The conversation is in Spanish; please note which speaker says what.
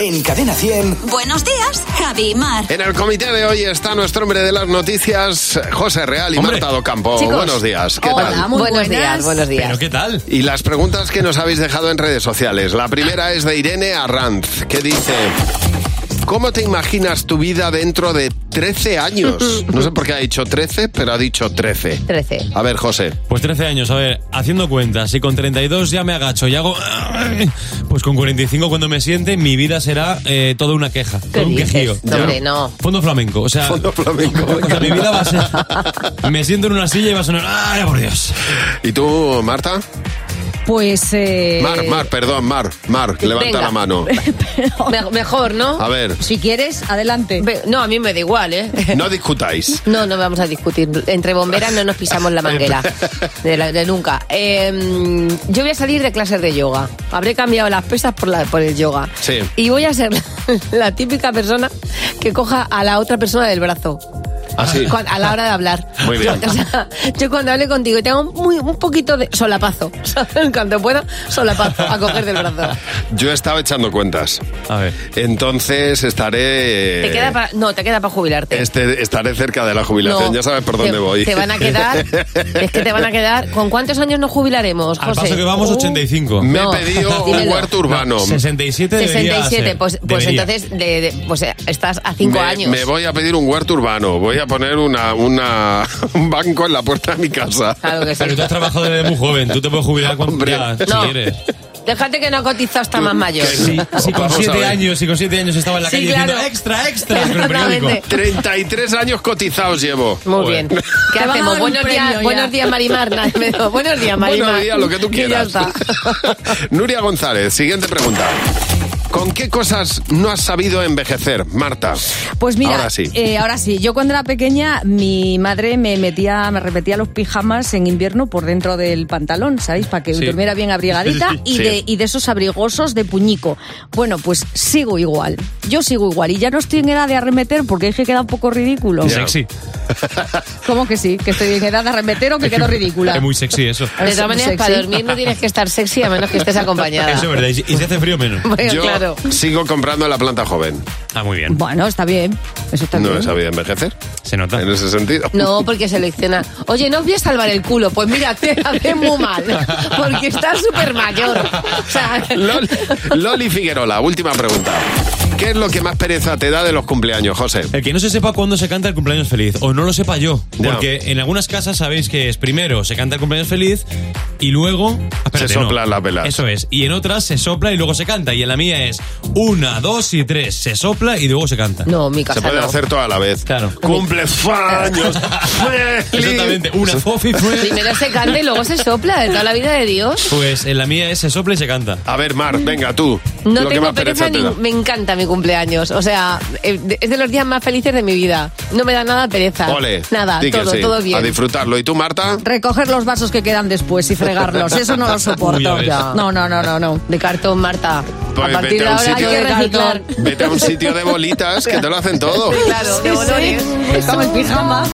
Speaker 1: En Cadena 100.
Speaker 2: Buenos días, Javi y Mar.
Speaker 3: En el comité de hoy está nuestro hombre de las noticias, José Real y Marta Docampo.
Speaker 4: Chicos.
Speaker 3: Buenos días, ¿qué
Speaker 4: Hola,
Speaker 3: tal?
Speaker 4: muy
Speaker 5: Buenos
Speaker 4: buenas.
Speaker 5: días, buenos días.
Speaker 6: ¿Pero qué tal?
Speaker 3: Y las preguntas que nos habéis dejado en redes sociales. La primera es de Irene Arranz, que dice... ¿Cómo te imaginas tu vida dentro de 13 años? No sé por qué ha dicho 13, pero ha dicho 13.
Speaker 5: 13.
Speaker 3: A ver, José.
Speaker 6: Pues 13 años, a ver, haciendo cuentas, si con 32 ya me agacho y hago... Pues con 45 cuando me siente, mi vida será eh, toda una queja,
Speaker 5: ¿Qué
Speaker 6: todo un
Speaker 5: dices?
Speaker 6: quejío.
Speaker 5: No, hombre, no.
Speaker 6: Fondo flamenco, o sea...
Speaker 3: Fondo flamenco, me
Speaker 6: o sea, mi vida va a ser... Me siento en una silla y va a sonar... ¡Ay, por Dios!
Speaker 3: ¿Y tú, Marta?
Speaker 4: Pues. eh,
Speaker 3: Mar, Mar, perdón, Mar, Mar, levanta
Speaker 5: venga.
Speaker 3: la mano.
Speaker 5: Me- mejor, ¿no?
Speaker 3: A ver,
Speaker 4: Si quieres, adelante.
Speaker 5: Ve- No, a mí me da igual, ¿eh?
Speaker 3: no discutáis.
Speaker 5: No, no vamos a discutir. Entre bomberas no nos pisamos la manguera. De, la- de nunca. Eh, yo voy a salir de clases de yoga. Habré cambiado las pesas por, la, por el yoga.
Speaker 3: Sí.
Speaker 5: Y voy a ser la típica persona que coja a la otra persona del brazo.
Speaker 3: Así.
Speaker 5: Cuan- a la hora de hablar.
Speaker 3: Muy bien.
Speaker 5: O sea, yo cuando hable contigo tengo muy, un poquito de solapazo. Cuando pueda, solapazo a coger del brazo.
Speaker 3: Yo estaba echando cuentas.
Speaker 6: A ver.
Speaker 3: Entonces estaré.
Speaker 5: Te queda pa- no, te queda para jubilarte.
Speaker 3: Este, estaré cerca de la jubilación,
Speaker 5: No,
Speaker 3: ya sabes por
Speaker 5: te-
Speaker 3: dónde voy.
Speaker 5: Te van a quedar. Es que te van a quedar. ¿Con cuántos años nos jubilaremos,
Speaker 6: Al
Speaker 5: José?
Speaker 6: paso que vamos,
Speaker 5: Uh,
Speaker 6: 85.
Speaker 3: Me
Speaker 5: No,
Speaker 3: he pedido un
Speaker 5: dímelo.
Speaker 3: huerto urbano.
Speaker 6: 67 debería
Speaker 5: 67,
Speaker 6: ser,
Speaker 5: pues, pues
Speaker 6: debería.
Speaker 5: entonces de- de- pues eh, estás a 5
Speaker 3: me,
Speaker 5: años.
Speaker 3: me voy a pedir un huerto urbano. Voy a poner una, una, un banco en la puerta de mi casa.
Speaker 5: Claro que sí.
Speaker 6: Pero tú has trabajado desde muy joven, tú te puedes jubilar cuando
Speaker 3: Hombre.
Speaker 6: ya, si
Speaker 5: No.
Speaker 6: quieres.
Speaker 5: Déjate que no ha cotizado hasta más mayor.
Speaker 3: que
Speaker 6: Si, si con
Speaker 3: Vamos a
Speaker 6: 7
Speaker 3: ver.
Speaker 6: años, si con 7 años estaba en la
Speaker 5: Sí,
Speaker 6: calle
Speaker 5: claro.
Speaker 6: diciendo extra, extra, con el periódico.
Speaker 5: Exactamente.
Speaker 3: 33 años cotizados llevo.
Speaker 5: Muy
Speaker 6: Joder.
Speaker 5: bien. ¿Qué
Speaker 4: Te van a dar
Speaker 5: hacemos?
Speaker 4: un
Speaker 5: Buenos
Speaker 4: premio
Speaker 5: días,
Speaker 4: ya.
Speaker 5: buenos días, Marimar. Nada, me digo, Buenos días, Marimar.
Speaker 3: Buenos días, lo que tú
Speaker 5: Y ya
Speaker 3: quieras.
Speaker 5: está.
Speaker 3: Nuria González, siguiente pregunta. ¿Con qué cosas no has sabido envejecer, Marta?
Speaker 4: Pues mira,
Speaker 3: Ahora sí.
Speaker 4: eh, ahora sí. Yo cuando era pequeña, mi madre me metía, me repetía los pijamas en invierno por dentro del pantalón, ¿sabéis? Para que
Speaker 6: Sí.
Speaker 4: durmiera bien abrigadita y,
Speaker 3: Sí.
Speaker 4: de, y de esos abrigosos de puñico. Bueno, pues sigo igual. Yo sigo igual. Y ya no estoy en edad de arremeter porque es que queda un poco ridículo.
Speaker 3: Ya.
Speaker 6: Sexy.
Speaker 4: ¿Cómo que sí? Que estoy en edad de arremeter o que quedo ridícula.
Speaker 6: Es muy sexy eso.
Speaker 5: De todas maneras,
Speaker 4: Sexy.
Speaker 5: para dormir no tienes que estar sexy a menos que estés acompañada.
Speaker 6: Eso es verdad. Y si y si hace frío, menos.
Speaker 5: Bueno,
Speaker 3: Yo
Speaker 5: claro.
Speaker 3: sigo comprando la planta joven.
Speaker 6: Ah, muy bien.
Speaker 4: Bueno, está bien. Eso está
Speaker 3: No
Speaker 4: bien.
Speaker 3: he sabido envejecer
Speaker 6: Se nota.
Speaker 3: en ese sentido.
Speaker 5: No, porque selecciona. Oye, no os voy a salvar el culo. Pues mira, te haces muy mal. Porque estás súper mayor. O sea,
Speaker 3: Loli, Loli Figuerola, última pregunta. ¿Qué es lo que más pereza te da de los cumpleaños, José?
Speaker 6: El que no se sepa cuándo se canta el cumpleaños feliz, o no lo sepa yo,
Speaker 3: Ya.
Speaker 6: porque en algunas casas sabéis que es primero se canta el cumpleaños feliz y luego espérate,
Speaker 3: Se
Speaker 6: no.
Speaker 3: soplan las velas.
Speaker 6: Eso es. Y en otras se sopla y luego se canta. Y en la mía es una, dos y tres. Se sopla y luego se canta.
Speaker 5: no, en mi casa
Speaker 3: Se puede
Speaker 5: no.
Speaker 3: hacer todo a la vez.
Speaker 6: Claro.
Speaker 3: ¡Cumpleaños! feliz!
Speaker 6: Exactamente. Una fofi fue.
Speaker 5: Primero se canta y luego se sopla. De toda la vida de Dios.
Speaker 6: Pues en la mía es se sopla y se canta.
Speaker 3: A ver, Mar, venga, tú.
Speaker 5: No
Speaker 3: lo que
Speaker 5: tengo
Speaker 3: más
Speaker 5: pereza
Speaker 3: pereza
Speaker 5: ni
Speaker 3: te da.
Speaker 5: me encanta mi cumpleaños. O sea, eh, de- es de los días más felices de mi vida. No me da nada pereza.
Speaker 3: Ole.
Speaker 5: Nada,
Speaker 3: di que
Speaker 5: todo,
Speaker 3: sí,
Speaker 5: todo
Speaker 3: A
Speaker 5: bien.
Speaker 3: disfrutarlo. ¿Y tú, Marta?
Speaker 4: Recoger los vasos que quedan después y fregarlos. Eso no lo soporto.
Speaker 6: Uy, ya ves.
Speaker 4: no, no, no, no, no.
Speaker 5: De cartón, Marta.
Speaker 3: Pues
Speaker 5: a partir
Speaker 3: vete
Speaker 5: de
Speaker 3: a un
Speaker 5: ahora hay
Speaker 3: sitio
Speaker 5: que
Speaker 4: de
Speaker 5: reciclar.
Speaker 4: cartón.
Speaker 3: Vete a un sitio de bolitas que te lo hacen todo.
Speaker 5: Claro, de
Speaker 4: Sí, sí.
Speaker 5: olores.
Speaker 4: Estamos en pijama.